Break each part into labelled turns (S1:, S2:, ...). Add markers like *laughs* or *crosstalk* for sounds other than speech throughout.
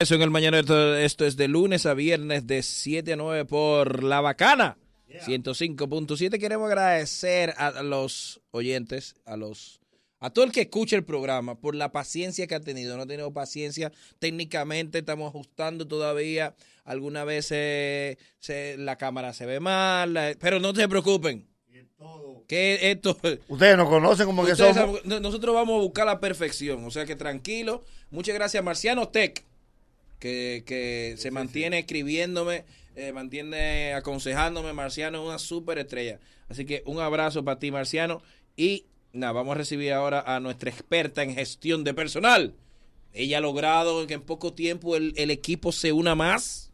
S1: Eso en el mañana, esto, esto es de lunes a viernes de 7 a 9 por La Bacana. 105.7. Queremos agradecer a los oyentes, a los a todo el que escucha el programa por la paciencia que ha tenido. No ha tenido paciencia técnicamente, estamos ajustando todavía. Algunas veces se- la cámara se ve mal, la- pero no se preocupen. Que esto
S2: Ustedes nos conocen como que
S1: Ustedes
S2: somos.
S1: saben- no- nosotros vamos a buscar la perfección, o sea que tranquilo. Muchas gracias, Marciano Tech, que, que se mantiene escribiéndome, eh, mantiene aconsejándome. Marciano es una super estrella. Así que un abrazo para ti, Marciano. Y nada, vamos a recibir ahora a nuestra experta en gestión de personal. Ella ha logrado que en poco tiempo el, el equipo se una más.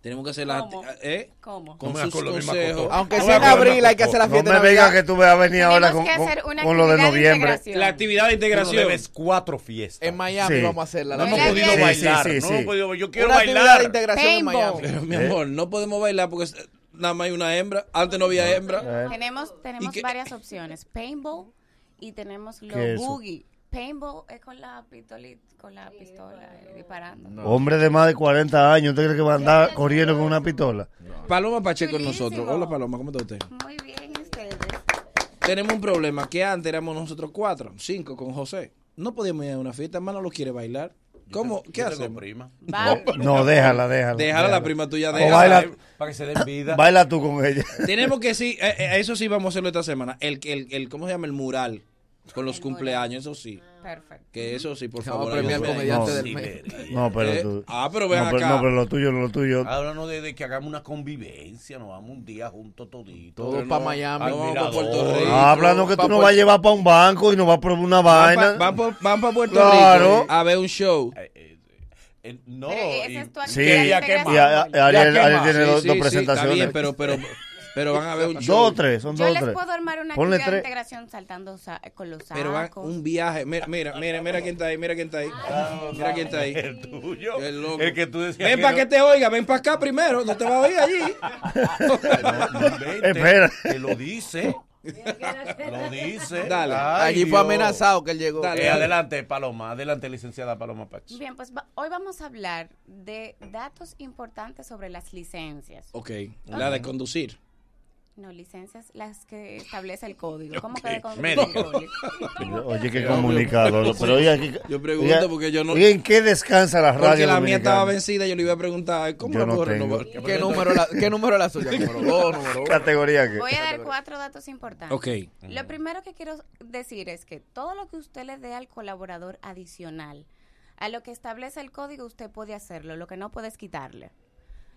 S1: Tenemos que hacer las
S3: ¿Cómo?
S1: acti- ¿eh?
S3: ¿Cómo?
S1: con
S4: me
S1: sus
S4: acuerdo, misma
S1: consejos.
S4: cosa.
S5: Aunque
S4: No
S5: sea en
S4: me acuerdo
S5: abril hay que
S4: tampoco.
S5: hacer la
S2: No
S5: fiesta
S2: me
S5: de Navidad.
S2: vengas que tú me vas a venir ahora con,
S3: Tenemos que
S2: con-
S3: hacer una
S2: con lo de
S3: actividad
S2: noviembre.
S3: integración.
S1: La actividad de
S4: Tú no
S1: integración.
S4: debes cuatro fiestas.
S5: En Miami
S2: Sí.
S5: vamos a hacerla.
S4: no
S5: la
S4: hemos
S3: Mira
S5: fiesta.
S4: podido
S3: que-
S4: bailar.
S2: Sí, sí, sí,
S4: no hemos
S2: sí.
S4: podido- yo quiero
S5: Una actividad de
S4: bailar.
S5: integración en
S3: Paintball.
S5: Miami.
S1: Pero, mi amor, no podemos bailar porque es- nada más hay una hembra. Antes no había
S3: Eh.
S1: hembra.
S3: Tenemos,
S1: ¿Y
S3: tenemos
S1: qué?
S3: varias opciones. Paintball y tenemos los
S2: ¿Qué es eso?
S3: boogie. Paintball es con la pistolita, con la pistola eh, disparando.
S2: Hombre de más de 40 años, ¿usted cree que va a andar corriendo con una pistola?
S1: Paloma Pacheco con
S3: Chulísimo.
S1: nosotros. Hola, Paloma, ¿cómo está usted?
S3: Muy bien, ¿y ustedes.
S1: Tenemos un problema que antes éramos nosotros cuatro, cinco con José. No podíamos ir a una fiesta, hermano, lo quiere bailar. ¿Cómo? ¿Qué
S4: Yo tengo
S1: hacemos?
S4: prima.
S2: *laughs*
S3: Vamos.
S2: No, déjala, déjala.
S1: Dejar a la prima tuya,
S2: O
S1: déjala.
S2: baila,
S4: Para que se den vida.
S2: baila tú
S1: *laughs*
S2: con ella.
S1: Tenemos que sí, eh, eh, eso sí vamos a hacerlo esta semana. El, el, el- ¿Cómo se llama? El mural con los cumpleaños, eso sí.
S3: Perfecto.
S1: Que eso sí, por
S5: Vamos
S1: favor.
S5: a premiar
S1: ayúdame.
S5: comediante
S2: No,
S5: del
S4: Sí,
S5: mes.
S4: vería.
S2: No, pero
S1: Eh,
S2: tú.
S1: ah, pero ven
S2: no, pero,
S1: acá. Ah,
S2: no, pero lo tuyo, lo tuyo. Ah,
S4: Ahora no desde que hagamos una convivencia, nos vamos un día juntos todito.
S5: Todo para Miami.
S1: no vamos pa' Puerto
S4: Admirador.
S1: Rico.
S2: Ah, Hablando que
S5: pa-
S2: tú nos
S5: pa-
S2: vas a llevar para un banco y nos vas a probar una
S1: Van
S2: vaina.
S1: para Puerto
S2: Claro.
S1: Rico a ver un show.
S4: Eh, eh, eh, no,
S3: Pero esa
S4: y-
S3: es tu
S2: Sí,
S3: actividad
S2: y
S3: de
S4: a
S2: y
S4: qué más.
S2: a-
S3: integración.
S2: a- Ariel,
S4: Ya, ¿qué
S2: Ariel
S4: más?
S2: tiene
S1: Sí,
S2: dos,
S1: sí,
S2: dos
S1: sí,
S2: presentaciones.
S1: está bien, pero, pero, pero van a ver un show.
S2: Dos o tres, son dos
S3: Yo
S2: o
S3: les
S2: tres.
S3: puedo armar una
S2: Ponle
S3: actividad de
S2: tres.
S3: integración saltando sa- con los
S1: Pero van
S3: sacos.
S1: un viaje. Mira, mira, mira, mira quién está ahí, mira quién está ahí.
S2: Ah,
S1: Mira quién está ahí.
S4: *laughs* El tuyo.
S1: Qué loco.
S4: El que tú decías.
S1: Ven para
S4: no-
S1: que te oiga, ven para acá primero, no te va a oír allí.
S4: No, no inventes,
S2: Espera.
S4: Que lo dice. Lo dice.
S1: Dale.
S4: Ay,
S5: Allí fue
S4: Dios.
S5: amenazado que él llegó.
S1: Dale.
S4: Eh, adelante, Paloma. Adelante, licenciada Paloma Pachi.
S3: Bien, pues va- hoy vamos a hablar de datos importantes sobre las licencias.
S1: ok, la de conducir.
S3: No, licencias las que establece el código. ¿Cómo que de con-
S4: médico.
S3: control?
S2: Oye, qué comunicador. Pero oye, aquí-
S1: Yo pregunto
S2: oye,
S1: porque yo no-
S2: oye, ¿en qué descansa la radio?
S1: Porque la mía
S2: dominicana?
S1: estaba vencida, yo le iba a preguntar, ay, ¿cómo
S2: Yo
S1: la
S2: no
S1: puedo
S2: tengo.
S1: renovar?
S5: ¿Qué número, la, ¿Qué número la
S4: *laughs*
S5: suya? Número dos, número uno.
S2: ¿Categoría qué?
S3: Voy a dar cuatro datos importantes.
S1: Ok,
S3: Lo primero que quiero decir es que todo lo que usted le dé al colaborador adicional, a lo que establece el código, usted puede hacerlo, lo que no puede es quitarle.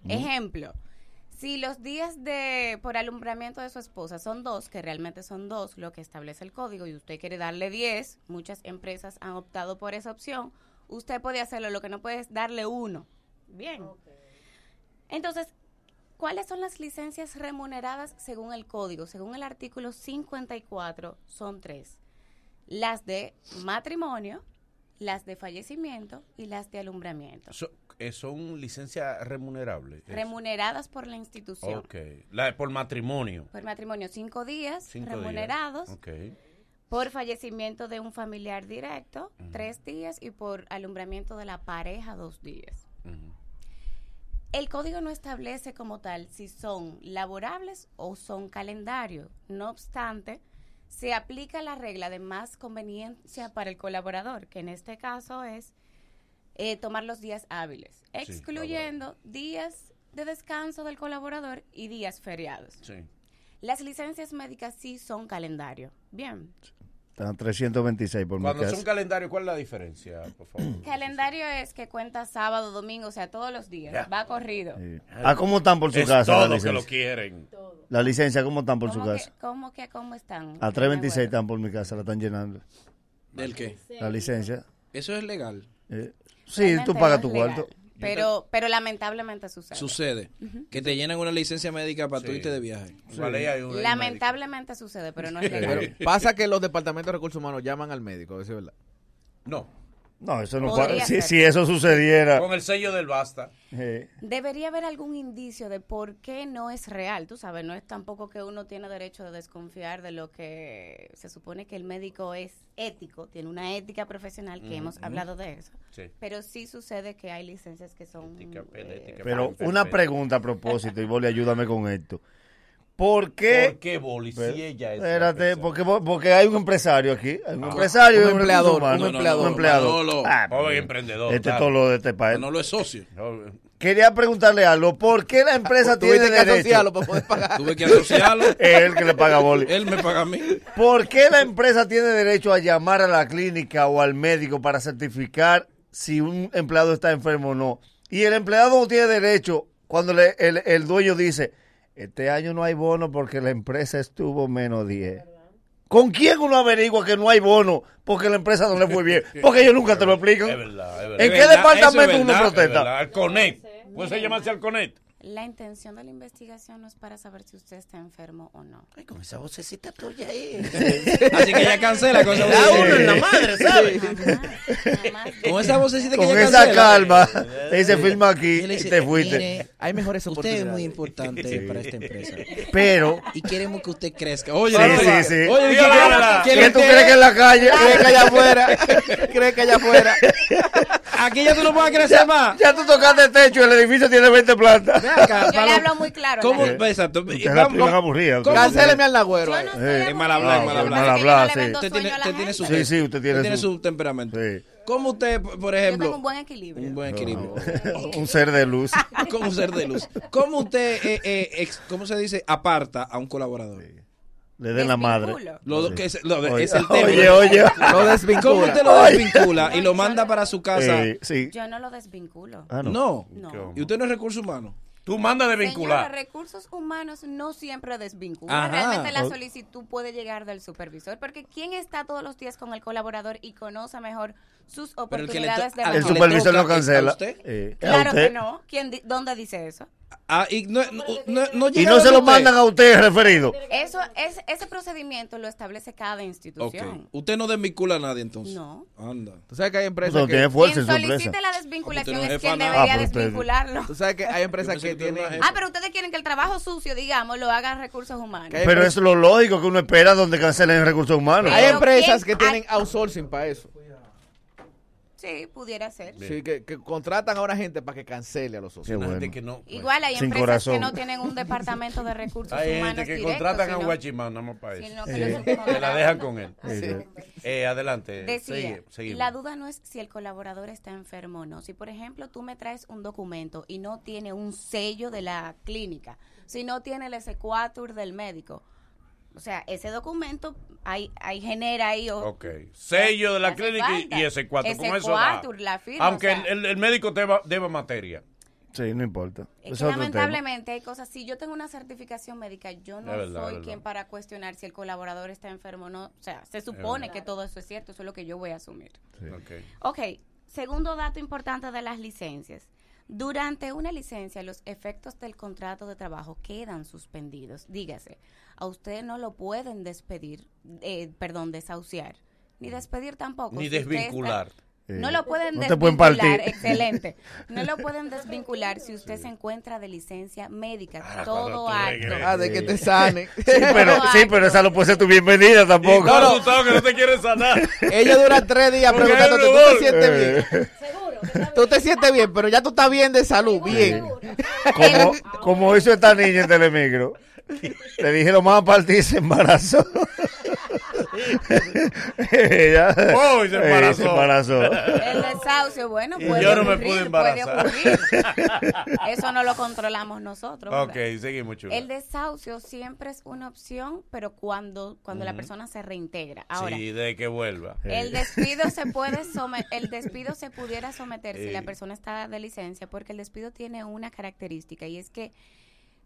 S3: Ejemplo, si los días de por alumbramiento de su esposa son dos, que realmente son dos, lo que establece el código, y usted quiere darle diez, muchas empresas han optado por esa opción, usted puede hacerlo, lo que no puede es darle uno. Bien. Entonces, ¿Cuáles son las licencias remuneradas según el código? Según el artículo 54, son tres. Las de matrimonio, las de fallecimiento y las de alumbramiento.
S4: So- eh, son licencias remunerables. Eso.
S3: Remuneradas por la institución.
S4: Ok. La, por matrimonio.
S3: Por matrimonio, cinco días
S4: Cinco días.
S3: Pues, remunerados.
S4: Ok.
S3: Por fallecimiento de un familiar directo, tres días. Y por alumbramiento de la pareja, dos días.
S4: Ujú.
S3: El código no establece como tal si son laborables o son calendario. No obstante, se aplica la regla de más conveniencia para el colaborador, que en este caso es eh, tomar los días hábiles, excluyendo días de descanso del colaborador y días feriados.
S4: Sí.
S3: Las licencias médicas sí son calendario. Bien.
S2: Están 326 por mi
S4: Cuando son
S2: casa.
S4: calendarios, ¿cuál es la diferencia, por
S3: *clears throat*
S4: favor?
S3: Calendario es que cuenta sábado, domingo, o sea, todos los días.
S4: Ya.
S3: Va corrido.
S2: Sí. ¿Ah, cómo están por su
S4: Es
S2: casa? La
S4: todo que lo
S2: licencia?
S4: quieren.
S2: la licencia, ¿cómo están por su
S3: ¿Cómo que-
S2: casa?
S3: ¿Cómo que cómo están?
S2: A 326
S3: No me acuerdo.
S2: están por mi casa, la están llenando.
S1: ¿del qué?
S2: La licencia.
S1: Eso es legal.
S2: Eh, Sí, tú
S3: Realmente
S2: pagas
S3: no
S2: tu
S3: es legal,
S2: cuarto.
S3: Pero, pero lamentablemente sucede.
S1: Sucede que te llenan una licencia médica para tú
S4: Sí.
S1: irte de viaje.
S2: Eh.
S4: La ley ayuda.
S3: lamentablemente sucede, pero no es legal.
S5: Pero pasa que los departamentos de recursos humanos llaman al médico, eso es verdad.
S4: No.
S2: No, eso no
S3: Podría
S2: pa- *laughs*
S3: ser.
S2: Si, si eso sucediera.
S4: Con el sello del basta.
S2: eh,
S3: Debería haber algún indicio de por qué no es real, tú sabes, no es tampoco que uno tiene derecho de desconfiar de lo que se supone que el médico es ético, tiene una ética profesional que hemos hablado de eso.
S4: Sí.
S3: Pero sí sucede que hay licencias que son eh,
S4: Ética, penética,
S2: pero
S4: Perfecto.
S2: una pregunta a propósito, y Boli, ayúdame con esto. ¿Por
S4: ¿Por
S2: qué?
S4: qué Boli?
S2: Pero-
S4: si ella es. la
S2: Espérate,
S4: persona?
S2: porque, porque hay un empresario aquí. Hay un
S4: Ah.
S2: empresario, y
S5: Un
S2: recurso
S5: empleador,
S2: humano,
S5: un empleador.
S2: Un empleador.
S1: Manolo.
S2: Ah,
S4: Joven emprendedor.
S2: este
S4: tal.
S2: todo lo de este país.
S1: Manolo es socio.
S4: No,
S2: Quería preguntarle algo. ¿Por qué la empresa tiene
S5: Tuviste que asociarlo
S2: derecho?
S5: para poder pagar. *laughs*
S1: Tuve que
S2: *laughs*
S1: asociarlo.
S2: Es el que le paga a Boli.
S1: Él me paga a mí.
S2: ¿Por qué la empresa tiene derecho a llamar a la clínica o al médico para certificar si un empleado está enfermo o no? Y el empleado no tiene derecho cuando le- el, el dueño dice, este año no hay bono porque la empresa estuvo menos 10. ¿Con quién uno averigua que no hay bono porque la empresa no le fue bien? Porque ellos nunca te lo explican.
S4: es verdad, es
S2: ¿En
S4: verdad.
S1: Es
S2: qué
S1: verdad,
S2: departamento
S1: eso es
S2: uno
S1: verdad, es
S4: Es
S2: protesta?
S4: verdad, Al Conet. ¿Puede ser llamarse al Conet?
S3: La intención de la investigación no es para saber si usted está enfermo o no.
S6: Ay, con esa vocecita tuya ahí.
S1: Así que ya cancela con esa
S6: Da uno
S1: vocecita.
S6: en la madre, ¿sabes?
S3: Jamás, jamás.
S1: Con esa vocecita que
S2: Con
S1: ya
S2: esa
S1: cancela.
S2: calma,
S1: *laughs*
S2: te dice firma aquí
S6: Él le
S2: y
S6: dice,
S2: te fuiste.
S6: "Mire,
S5: Hay mejores
S6: Usted es
S5: oportunidades.
S6: muy
S1: *laughs*
S6: importante para esta empresa.
S2: Pero
S6: Y queremos que usted crezca.
S1: Oye,
S2: Sí,
S1: Manolo,
S2: sí, sí.
S1: oye,
S4: Viva
S1: ¿qué-
S4: la-
S1: qué-
S2: ¿Qué tú crees que en la calle? eh,
S5: ¿Cree que allá afuera? *laughs* ¿Cree que allá
S4: *laughs*
S5: afuera?
S1: Aquí ya tú no puedes crecer más.
S2: Ya tú tocaste el techo, el edificio tiene 20 plantas.
S1: Ven acá,
S3: Yo le
S1: Manolo.
S3: hablo muy claro.
S1: ¿Cómo?
S3: Daniel.
S1: Exacto.
S2: Ustedes la
S1: Vamos-
S2: privan aburrida.
S1: ¿Cómo?
S5: Cancéleme al
S3: Yo
S5: nagüero.
S3: no
S5: ahí.
S3: estoy
S2: Eh,
S1: es mal hablar, es mal hablar.
S3: hablar.
S2: hablar, sí.
S1: Usted tiene, usted tiene su
S2: Sí, sí, usted tiene su-
S1: su, temperamento.
S2: Sí.
S1: ¿Cómo usted, p- por
S3: Yo
S1: ejemplo,
S3: tengo un buen equilibrio.
S1: un buen equilibrio, *laughs*
S2: Un ser de luz.
S1: como un ser de luz? ¿Cómo usted, eh, eh, ex- cómo se dice, aparta a un colaborador?
S2: Le den la madre.
S3: Desvinculo.
S1: Lo do- que es, lo de-
S2: Oye,
S1: es el tema. *laughs*
S2: Oye, oye.
S5: Lo
S1: ¿Cómo
S5: desvincula.
S1: usted lo desvincula y lo manda para su casa?
S2: Eh, sí.
S3: Yo no lo desvinculo.
S2: Ah, no.
S1: No.
S3: No.
S1: ¿Y usted no es recurso humano?
S4: *laughs* Tú mandas de
S3: Señora,
S4: vincular.
S3: recursos humanos no siempre desvincula.
S1: Ajá. Pues-
S3: Realmente la
S1: O-
S3: solicitud puede llegar del supervisor, porque ¿quién está todos los días con el colaborador y conoce mejor sus
S1: Pero el que le to-
S3: oportunidades de
S1: al
S2: El
S1: que le
S3: mejora?
S1: toca
S2: supervisor lo
S1: es a
S2: cancela.
S1: usted.
S2: Eh, a
S3: Claro
S2: usted.
S3: que no. ¿Quién di- ¿Dónde dice eso?
S1: Ah, y no, no- no- no
S2: Y
S1: llegaron
S2: no se lo
S3: pues.
S1: usted.
S2: mandan a usted referido.
S3: Eso es ese procedimiento lo establece cada
S1: Ok.
S3: institución.
S1: Usted no desvincula a nadie entonces.
S3: No.
S1: Anda.
S5: Tú sabes que hay
S2: Usted
S5: empresas
S2: no tiene
S5: que...
S2: fuerza en
S3: quien
S2: su empresa.
S3: solicita la
S1: Ah,
S3: desvinculación
S1: pero usted no
S3: es
S1: es
S3: quien
S1: jefa,
S3: debería
S2: nada. Ah, pero usted-
S3: desvincularlo.
S5: Tú sabes que hay empresas
S1: Yo pensé que
S5: que
S1: tú eras
S5: tienen...
S1: jefa.
S3: Ah, pero ustedes quieren que el trabajo sucio, digamos, lo hagan recursos humanos.
S1: Eh,
S5: que hay
S2: Pero
S5: empresas-
S2: es lo lógico que uno espera donde cancelen recursos humanos.
S5: Hay
S3: Pero
S5: empresas que
S3: ¿quién-
S5: tienen outsourcing para eso.
S3: Sí, pudiera ser.
S5: Sí, que, que contratan ahora gente para que cancele a los
S2: Qué
S5: socios.
S4: Una
S2: bueno.
S4: gente que no.
S3: Igual hay
S2: Sin
S3: empresas que
S2: corazón.
S3: no tienen un departamento de recursos
S4: Hay
S3: humanos
S4: gente que
S3: directo,
S4: contratan a
S3: sino-
S4: un guachimán, nada más para
S3: sino
S4: eso.
S3: que los
S4: Te la dejan con él.
S2: Sí.
S4: Eh, adelante.
S3: Decía,
S4: sigue, seguimos.
S3: la duda no es si el colaborador está enfermo o no. Si, por ejemplo, tú me traes un documento y no tiene un sello de la clínica, si no tiene el S4 del médico, o sea, ese documento ahí, ahí genera ahí... o-
S4: Ok. Sello de la
S3: Hace
S4: clínica y-
S3: falta.
S4: y ese 4 Con eso da.
S3: S4, la firma,
S4: Aunque
S3: o sea.
S4: el, el- el médico deba, deba materia.
S2: Sí, no importa.
S3: Es
S2: Es
S3: que
S2: otro tema.
S3: lamentablemente hay cosas, si yo tengo una certificación médica, yo no
S4: Es verdad, es
S3: soy
S4: verdad.
S3: quien para cuestionar si el colaborador está enfermo o no. O sea, se supone que todo eso es cierto, eso es lo que yo voy a asumir.
S4: Ok.
S3: Ok, segundo dato importante de las licencias. Durante una licencia, los efectos del contrato de trabajo quedan suspendidos. Dígase, a usted no lo pueden despedir, eh, perdón, desahuciar, ni despedir tampoco.
S4: Ni
S3: Si usted está-
S4: desvincular.
S3: no
S2: Eh,
S3: lo pueden
S2: no te
S3: desvincular.
S2: pueden partir.
S3: Excelente. No lo pueden desvincular si usted se encuentra de licencia médica.
S4: Ah,
S3: todo
S4: cuando tú
S3: acto.
S4: regreses.
S5: Ah, de que te sane.
S2: *laughs*
S5: *laughs*
S2: Sí, pero, sí, pero esa no puede ser tu bienvenida tampoco.
S4: Y todo asustado que no te quieres sanar.
S5: Ellos duran tres días
S4: Porque
S5: preguntándote,
S4: hay
S5: ¿tú
S4: un
S5: te
S4: rumor".
S5: sientes bien? *laughs* Tú te sientes bien, pero ya tú estás bien de salud, bien.
S2: *laughs* Como, como hizo esta niña en Telemicro. Le dije lo más partir y se embarazó. *laughs* Ella-
S4: Oh, y se
S2: eh,
S4: embarazó.
S2: se embarazó.
S3: *laughs* El desahucio, bueno,
S4: Y
S3: puede
S4: yo no me
S3: ocurrir,
S4: pude embarazar.
S3: puede ocurrir.
S4: *laughs*
S3: Eso no lo controlamos nosotros. ¿verdad?
S4: Ok, seguimos, chula.
S3: El desahucio siempre es una opción, pero cuando, cuando la persona se reintegra. Ahora,
S4: sí, de que vuelva.
S3: El despido se puede somet- el despido se pudiera someter si la
S4: Eh.
S3: persona está de licencia porque el despido tiene una característica y es que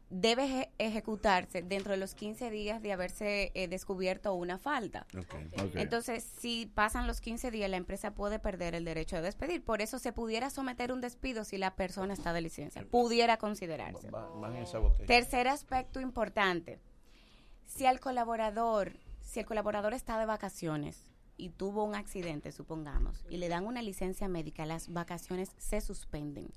S3: debe eje- ejecutarse dentro de los 15 días de haberse eh, descubierto una falta.
S4: Ok.
S3: Entonces, si pasan los 15 días, la empresa puede perder el derecho de despedir. Por eso se pudiera someter un despido si la persona está de licencia. Pudiera considerarse.
S4: Va- van en esa botella.
S3: Tercer aspecto importante. Si al colaborador, si el colaborador está de vacaciones, y tuvo un accidente, supongamos, y le dan una licencia médica, las vacaciones se suspenden.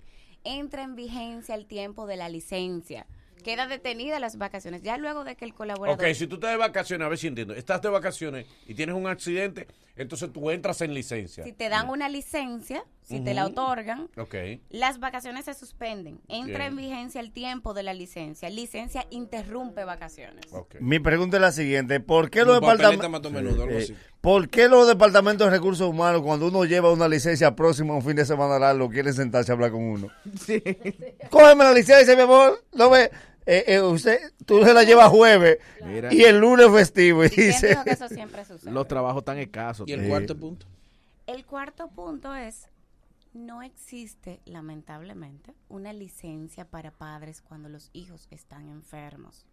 S3: Entra en vigencia el tiempo de la licencia. Queda detenida las vacaciones. Ya luego de que el colaborador...
S4: Ok, si tú estás de vacaciones, a ver si entiendo. Estás de vacaciones y tienes un accidente, entonces tú entras en licencia.
S3: Si te dan una licencia, si te la
S4: Ujú.
S3: otorgan,
S4: Ok.
S3: Las vacaciones se suspenden. Entra
S4: Bien.
S3: en vigencia el tiempo de la licencia. Licencia interrumpe vacaciones.
S4: Ok.
S2: Mi pregunta es la siguiente. ¿Por qué,
S1: Un
S2: los
S1: papeleta
S2: departam-
S1: más o menos, algo
S2: Eh,
S1: así.
S2: ¿Por qué los departamentos de recursos humanos, cuando uno lleva una licencia próxima a un fin de semana largo, quieren sentarse a hablar con uno? Cógeme la licencia, mi amor. No me... eh, eh, usted, tú se la llevas jueves
S5: Mira.
S2: y el lunes festivo. Y
S3: ¿Y
S4: *laughs*
S3: quién
S2: dice,
S3: dijo que eso siempre sucede?
S5: Los trabajos tan escasos.
S1: Y el
S2: eh,
S5: tío.
S1: cuarto punto.
S3: El cuarto punto es, no existe, lamentablemente, una licencia para padres cuando los hijos están enfermos.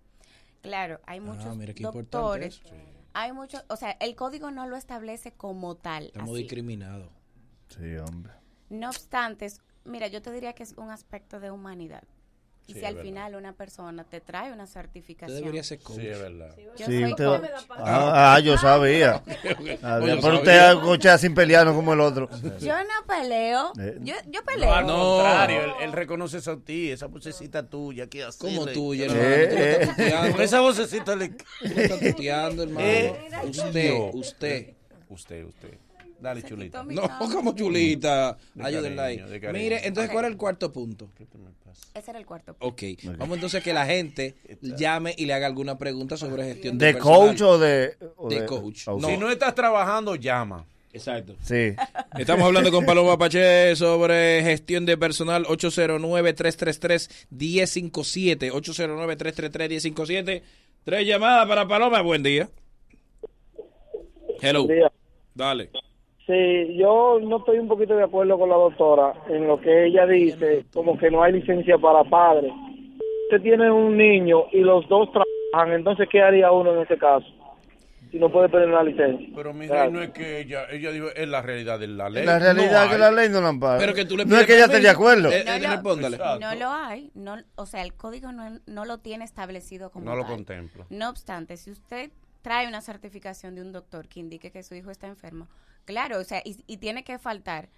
S3: Claro, hay muchos
S1: Ah, mira qué importante
S3: doctores.
S1: eso.
S3: Hay muchos, o sea, el código no lo establece como tal.
S1: Estamos
S3: así.
S1: discriminados.
S2: Sí, hombre.
S3: No obstante, es- mira, yo te diría que es un aspecto de humanidad. Y
S4: Sí,
S3: si al
S4: es verdad.
S3: final una persona te trae una
S1: Usted
S3: certificación.
S1: debería ser coach.
S4: Sí, es verdad.
S3: Yo
S2: Sí,
S3: soy
S2: usted-
S3: coach.
S2: Ah, ah, yo
S3: *laughs*
S2: sabía.
S1: Oye,
S2: Sabía,
S1: yo
S2: pero usted
S1: sabía.
S2: es un coche sin pelearnos como el otro.
S3: Yo no peleo.
S2: Eh,
S3: Yo, yo peleo.
S4: Al
S1: No.
S4: contrario, él, él reconoce eso a ti, esa vocecita tuya. ¿qué haces?
S1: Como tú,
S4: ya.
S1: ya
S2: Eh, eh.
S4: Con esa vocecita le...
S1: está tuteando, hermano.
S4: Eh,
S1: usted,
S4: yo.
S1: usted.
S4: Usted, usted. Dale, chulita.
S3: quitó mi-
S4: ¿Qué
S1: No, como chulita.
S4: De
S1: Ayúdenla ahí.
S4: cariño, de cariño.
S1: Mire, entonces,
S3: Ok.
S1: ¿cuál es el cuarto punto?
S4: te me pasa?
S3: Ese era el cuarto.
S1: ok. Vamos entonces que la gente llame y le haga alguna pregunta sobre gestión
S2: ¿De
S1: personal.
S2: coach o de...? o
S1: De coach.
S2: o-
S1: No.
S4: Si no estás trabajando, llama.
S1: Exacto.
S2: Sí.
S1: Estamos hablando con Paloma Pache sobre gestión de personal 809-333-1057. 809-333-1057. Tres llamadas para Paloma. Buen día. Hello.
S7: día.
S1: Dale.
S7: Sí, yo no estoy un poquito de acuerdo con la doctora en lo que ella dice, como que no hay licencia para padres. Usted tiene un niño y los dos trabajan, entonces ¿qué haría uno en ese caso? Si no puede tener una licencia.
S4: Pero mi
S7: Gracias.
S4: rey no es que ella, ella dijo, es la realidad de la ley.
S2: La realidad
S4: No
S2: es que
S4: hay.
S2: la ley no la ampara.
S1: Pero que tú le
S2: no es
S1: pides
S2: que ella esté
S1: permiso.
S2: de acuerdo.
S1: Eh,
S3: No,
S1: eh,
S3: no.
S1: Respóndale.
S4: Exacto.
S3: No lo hay. No, o sea, el código no, no lo tiene establecido como
S4: No lo
S3: tal.
S4: contempla.
S3: No obstante, si usted trae una certificación de un doctor que indique que su hijo está enfermo, claro, o sea, y, y tiene que faltar.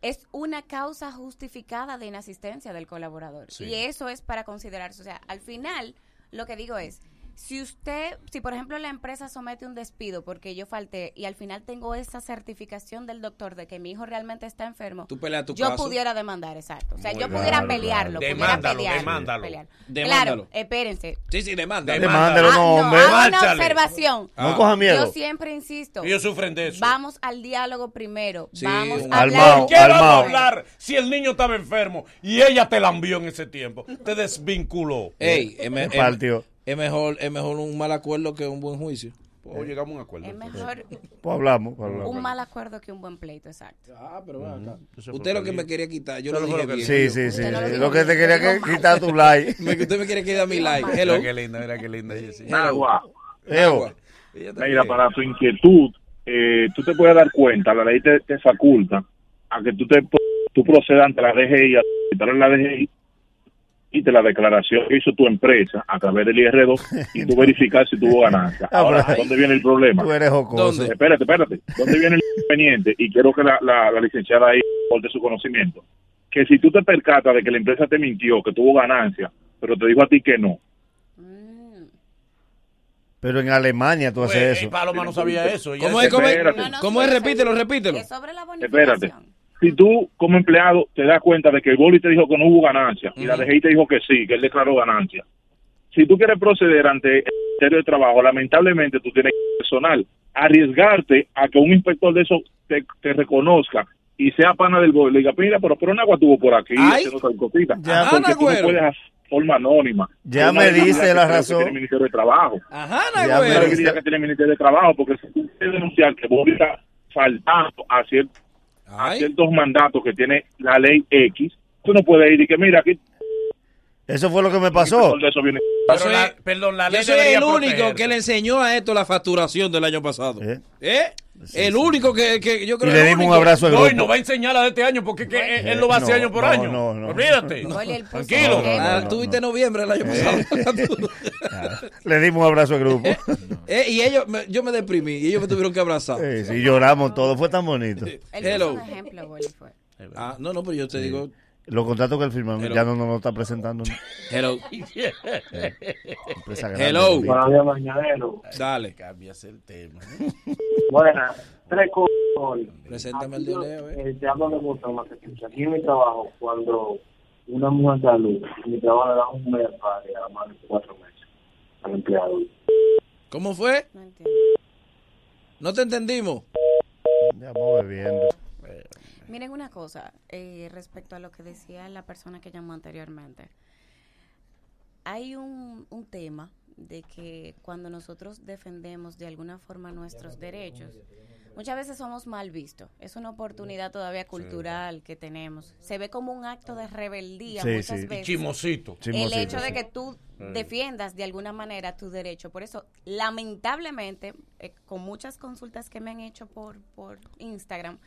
S3: Es una causa justificada de inasistencia del colaborador.
S4: Sí.
S3: Y eso es para considerarse. O sea, al final, lo que digo es, si usted, si por ejemplo la empresa somete un despido porque yo falté y al final tengo esa certificación del doctor de que mi hijo realmente está enfermo,
S1: Tú peleas tu
S3: yo
S1: caso.
S3: pudiera demandar, exacto. O sea,
S4: Muy
S3: yo
S4: bien.
S3: pudiera
S2: Claro,
S3: pelearlo.
S4: claro.
S3: pudiera
S4: Demándalo,
S3: pelearlo,
S4: demándalo.
S3: pelearlo.
S1: Demándalo.
S3: Claro, espérense.
S1: Sí, sí, demanda.
S4: Demanda.
S2: Demándalo,
S3: Ah,
S2: no, hombre.
S3: hago una
S4: Márchale.
S3: observación.
S1: ah.
S2: No coja miedo.
S3: Yo siempre insisto.
S4: Ellos sufren de eso.
S3: Vamos al diálogo primero.
S1: Sí,
S3: vamos
S1: un
S3: a hablar.
S2: Almao,
S4: ¿Por qué vamos a
S2: Almao.
S4: hablar si el niño estaba enfermo y ella te la envió en ese tiempo? Te desvinculó.
S1: Ey, es, me-
S2: Qué partido.
S1: es mejor, es mejor un mal acuerdo que un buen juicio.
S4: O Oh, llegamos a un acuerdo.
S3: Es mejor
S2: Pues hablamos. pues hablamos.
S3: un mal acuerdo que un buen pleito, exacto.
S1: Ah, pero acá.
S4: Eso fue
S1: Usted lo que
S4: bien.
S1: me quería quitar. Yo
S4: Eso
S1: lo
S4: fue
S1: dije
S4: lo que-
S1: bien.
S2: Sí, sí, sí.
S3: Usted no lo
S2: sí.
S3: dijo
S2: Lo que
S3: bien,
S2: te quería
S3: usted
S2: que
S3: dijo mal.
S2: quitar tu
S3: *laughs*
S2: like.
S1: *laughs* Me- Usted me quiere quitar mi like. Hello.
S4: Mira qué linda, mira qué linda. Pues, Jessy.
S8: Nagua,
S2: Evo.
S4: Ella también.
S8: mira, para tu inquietud, eh, tú te puedes dar cuenta, la ley te, te faculta a que tú te po- tú procedas ante la DGI, a solicitar a la DGI y te la declaración que hizo tu empresa a través
S2: *laughs*
S8: del IR2 y tú verificar si tuvo ganancia.
S2: Ah,
S8: Ahora,
S2: pero-
S8: ¿dónde viene el problema?
S2: Tú eres jocoso.
S1: ¿Dónde?
S8: Espérate, espérate. ¿Dónde viene el inconveniente? Y quiero que la, la, la licenciada ahí aporte su conocimiento. Que si tú te percatas de que la empresa te mintió, que tuvo ganancia, pero te dijo a ti que no,
S3: Mm.
S2: Pero en Alemania tú
S4: Pues,
S2: haces
S4: ey,
S1: eh,
S2: eso.
S4: Paloma no sabía eso. ella
S1: ¿Cómo
S4: se-
S1: es? ¿Cómo es?
S8: Espérate.
S3: No, no,
S1: ¿Cómo
S3: sí,
S1: es?
S3: o sea,
S1: Repítelo, repítelo.
S3: Es sobre la
S8: Espérate.
S3: bonificación.
S8: Si tú, como empleado, te das cuenta de que el boli te dijo que no hubo ganancia y la DGI te dijo que sí, que él declaró ganancia. Si tú quieres proceder ante el Ministerio de Trabajo, lamentablemente tú tienes que personal, arriesgarte a que un inspector de eso te, te reconozca y sea pana del boli. Le diga, mira, pero, pero agua tuvo por aquí,
S1: Ay.
S8: haciendo tal cosita.
S2: Ya.
S8: porque
S1: Ajá,
S8: tú no
S1: Nagüero.
S8: puedes hacer de forma anónima.
S2: Ya
S8: Una
S2: me
S8: debilidad
S2: dice
S8: que
S2: la
S8: creo que
S2: razón.
S8: tiene el Ministerio de Trabajo
S1: Ajá,
S2: Ya
S8: una
S2: Pero-
S1: Nagüero.
S2: me-
S8: debilidad que tiene el Ministerio de Trabajo, porque si tú quieres denunciar que vos estás faltando a cierto a
S1: Ay,
S8: ciertos mandatos que tiene la ley X, tú no puedes ir y que mira, aquí
S2: Eso fue lo que me pasó. *laughs*
S8: de eso viene.
S1: yo
S4: Pero
S1: soy,
S4: la- perdón, la ley
S1: yo soy
S4: debería
S1: el único
S4: proteger.
S1: que le enseñó a esto la facturación del año pasado. ¿Eh?
S2: ¿Eh?
S1: el único que, que yo
S2: Y
S1: creo
S2: le
S1: el
S2: dimos un
S1: único.
S2: abrazo al
S4: No, y nos
S2: grupo.
S4: va a enseñar la de este año porque es que él, él lo va a hacer
S2: No,
S4: año por
S2: no,
S4: año.
S2: no, no.
S4: Olvídate.
S3: Oye, él puso
S4: Tranquilo.
S3: un ejemplo.
S2: Eh. *laughs*
S1: Ah, tuviste noviembre el año pasado. *laughs*
S2: Le dimos un abrazo al grupo.
S1: Eh, y ellos, me- yo me deprimí y ellos me tuvieron que abrazar.
S2: Sí, sí, lloramos todo, fue tan bonito.
S3: Él
S1: Hello.
S3: puso un ejemplo, Boli, fue.
S1: Ah, no, no, pero yo te digo,
S2: Los contratos que él firmó
S1: Hello.
S2: ya no nos lo está presentando. ¿no?
S1: hello,
S2: Empresa grande,
S1: Hello.
S2: bonita.
S7: Buenos días, mañanero.
S1: dale,
S4: Cambias el tema.
S7: Buenas, tres cosas.
S1: preséntame el de Leo, eh.
S7: Eh, te hablo de Boston, Massachusetts. Aquí en mi trabajo, cuando una mujer da luz, mi trabajo le da un mes para a más de cuatro meses al empleado.
S1: ¿Cómo fue?
S3: No entiendo.
S1: No te entendimos.
S2: Ya vamos bebiendo.
S3: Miren una cosa, eh, respecto a lo que decía la persona que llamó anteriormente. Hay un, un tema de que cuando nosotros defendemos de alguna forma nuestros derechos, muchas veces somos mal vistos. Es una oportunidad todavía cultural que tenemos. Se ve como un acto de rebeldía
S2: Sí,
S3: muchas
S2: sí. Y
S3: veces.
S4: Chimosito.
S2: Chismosito,
S3: el hecho de
S2: sí.
S3: que tú
S1: Mm.
S3: defiendas de alguna manera tu derecho. Por eso, lamentablemente, eh, con muchas consultas que me han hecho por, por Instagram,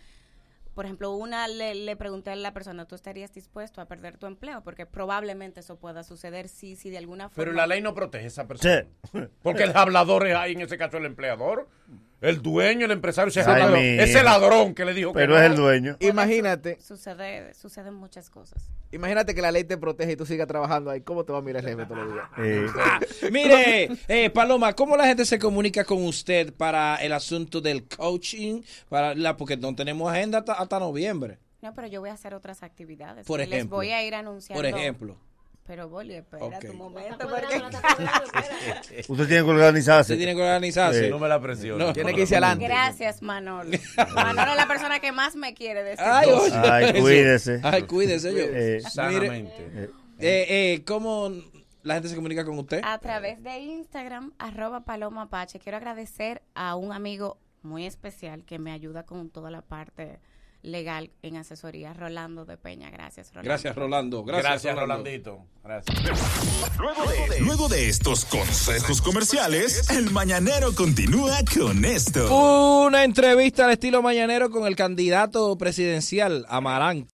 S3: por ejemplo, una le, le pregunté a la persona, ¿tú estarías dispuesto a perder tu empleo? Porque probablemente eso pueda suceder si, si de alguna forma...
S4: Pero la ley no protege a esa persona.
S2: Sí.
S4: Porque el hablador es ahí, en ese caso, el empleador. El dueño, el empresario, ese,
S2: Ay,
S4: hablador,
S2: mi
S4: ese
S2: hijo.
S4: ladrón que le dijo que
S2: Pero
S4: no.
S2: es el dueño.
S5: Imagínate,
S3: Sucede, suceden muchas cosas.
S5: imagínate que la ley te protege y tú sigas trabajando ahí. ¿Cómo te va a mirar el jefe todos los días?
S2: Eh,
S1: *laughs* Mire, eh, Paloma, ¿cómo la gente se comunica con usted para el asunto del coaching? Para la, porque no tenemos agenda hasta, hasta noviembre,
S3: No, pero yo voy a hacer otras actividades.
S1: Por
S3: Y Les
S1: ejemplo.
S3: voy a ir anunciando.
S1: por ejemplo.
S3: Pero, Boli, espera
S1: Ok.
S3: tu momento, porque...
S2: usted tiene que organizarse.
S1: Usted tiene que organizarse.
S2: Sí.
S4: No me la presiona.
S1: No.
S5: Tiene que irse
S3: *laughs*
S5: adelante.
S3: Gracias,
S1: *laughs*
S3: Manolo. Manolo es la persona que más me quiere de este
S1: Ay,
S3: mundo.
S1: oye,
S2: Ay,
S1: *laughs* eso.
S2: cuídese.
S1: Ay, cuídese yo.
S2: Eh,
S1: Mire,
S4: Sanamente.
S1: eh, eh, ¿cómo la gente se comunica con usted?
S3: A través de Instagram, arroba Paloma Apache. Quiero agradecer a un amigo muy especial que me ayuda con toda la parte legal en asesoría, Rolando de Peña. Gracias, Rolando.
S1: Gracias, Rolando. Gracias,
S4: Gracias,
S1: Rolando.
S4: Rolandito. Gracias.
S9: Luego de estos consejos comerciales, el mañanero continúa con esto.
S1: Una entrevista al estilo mañanero con el candidato presidencial, Amarante.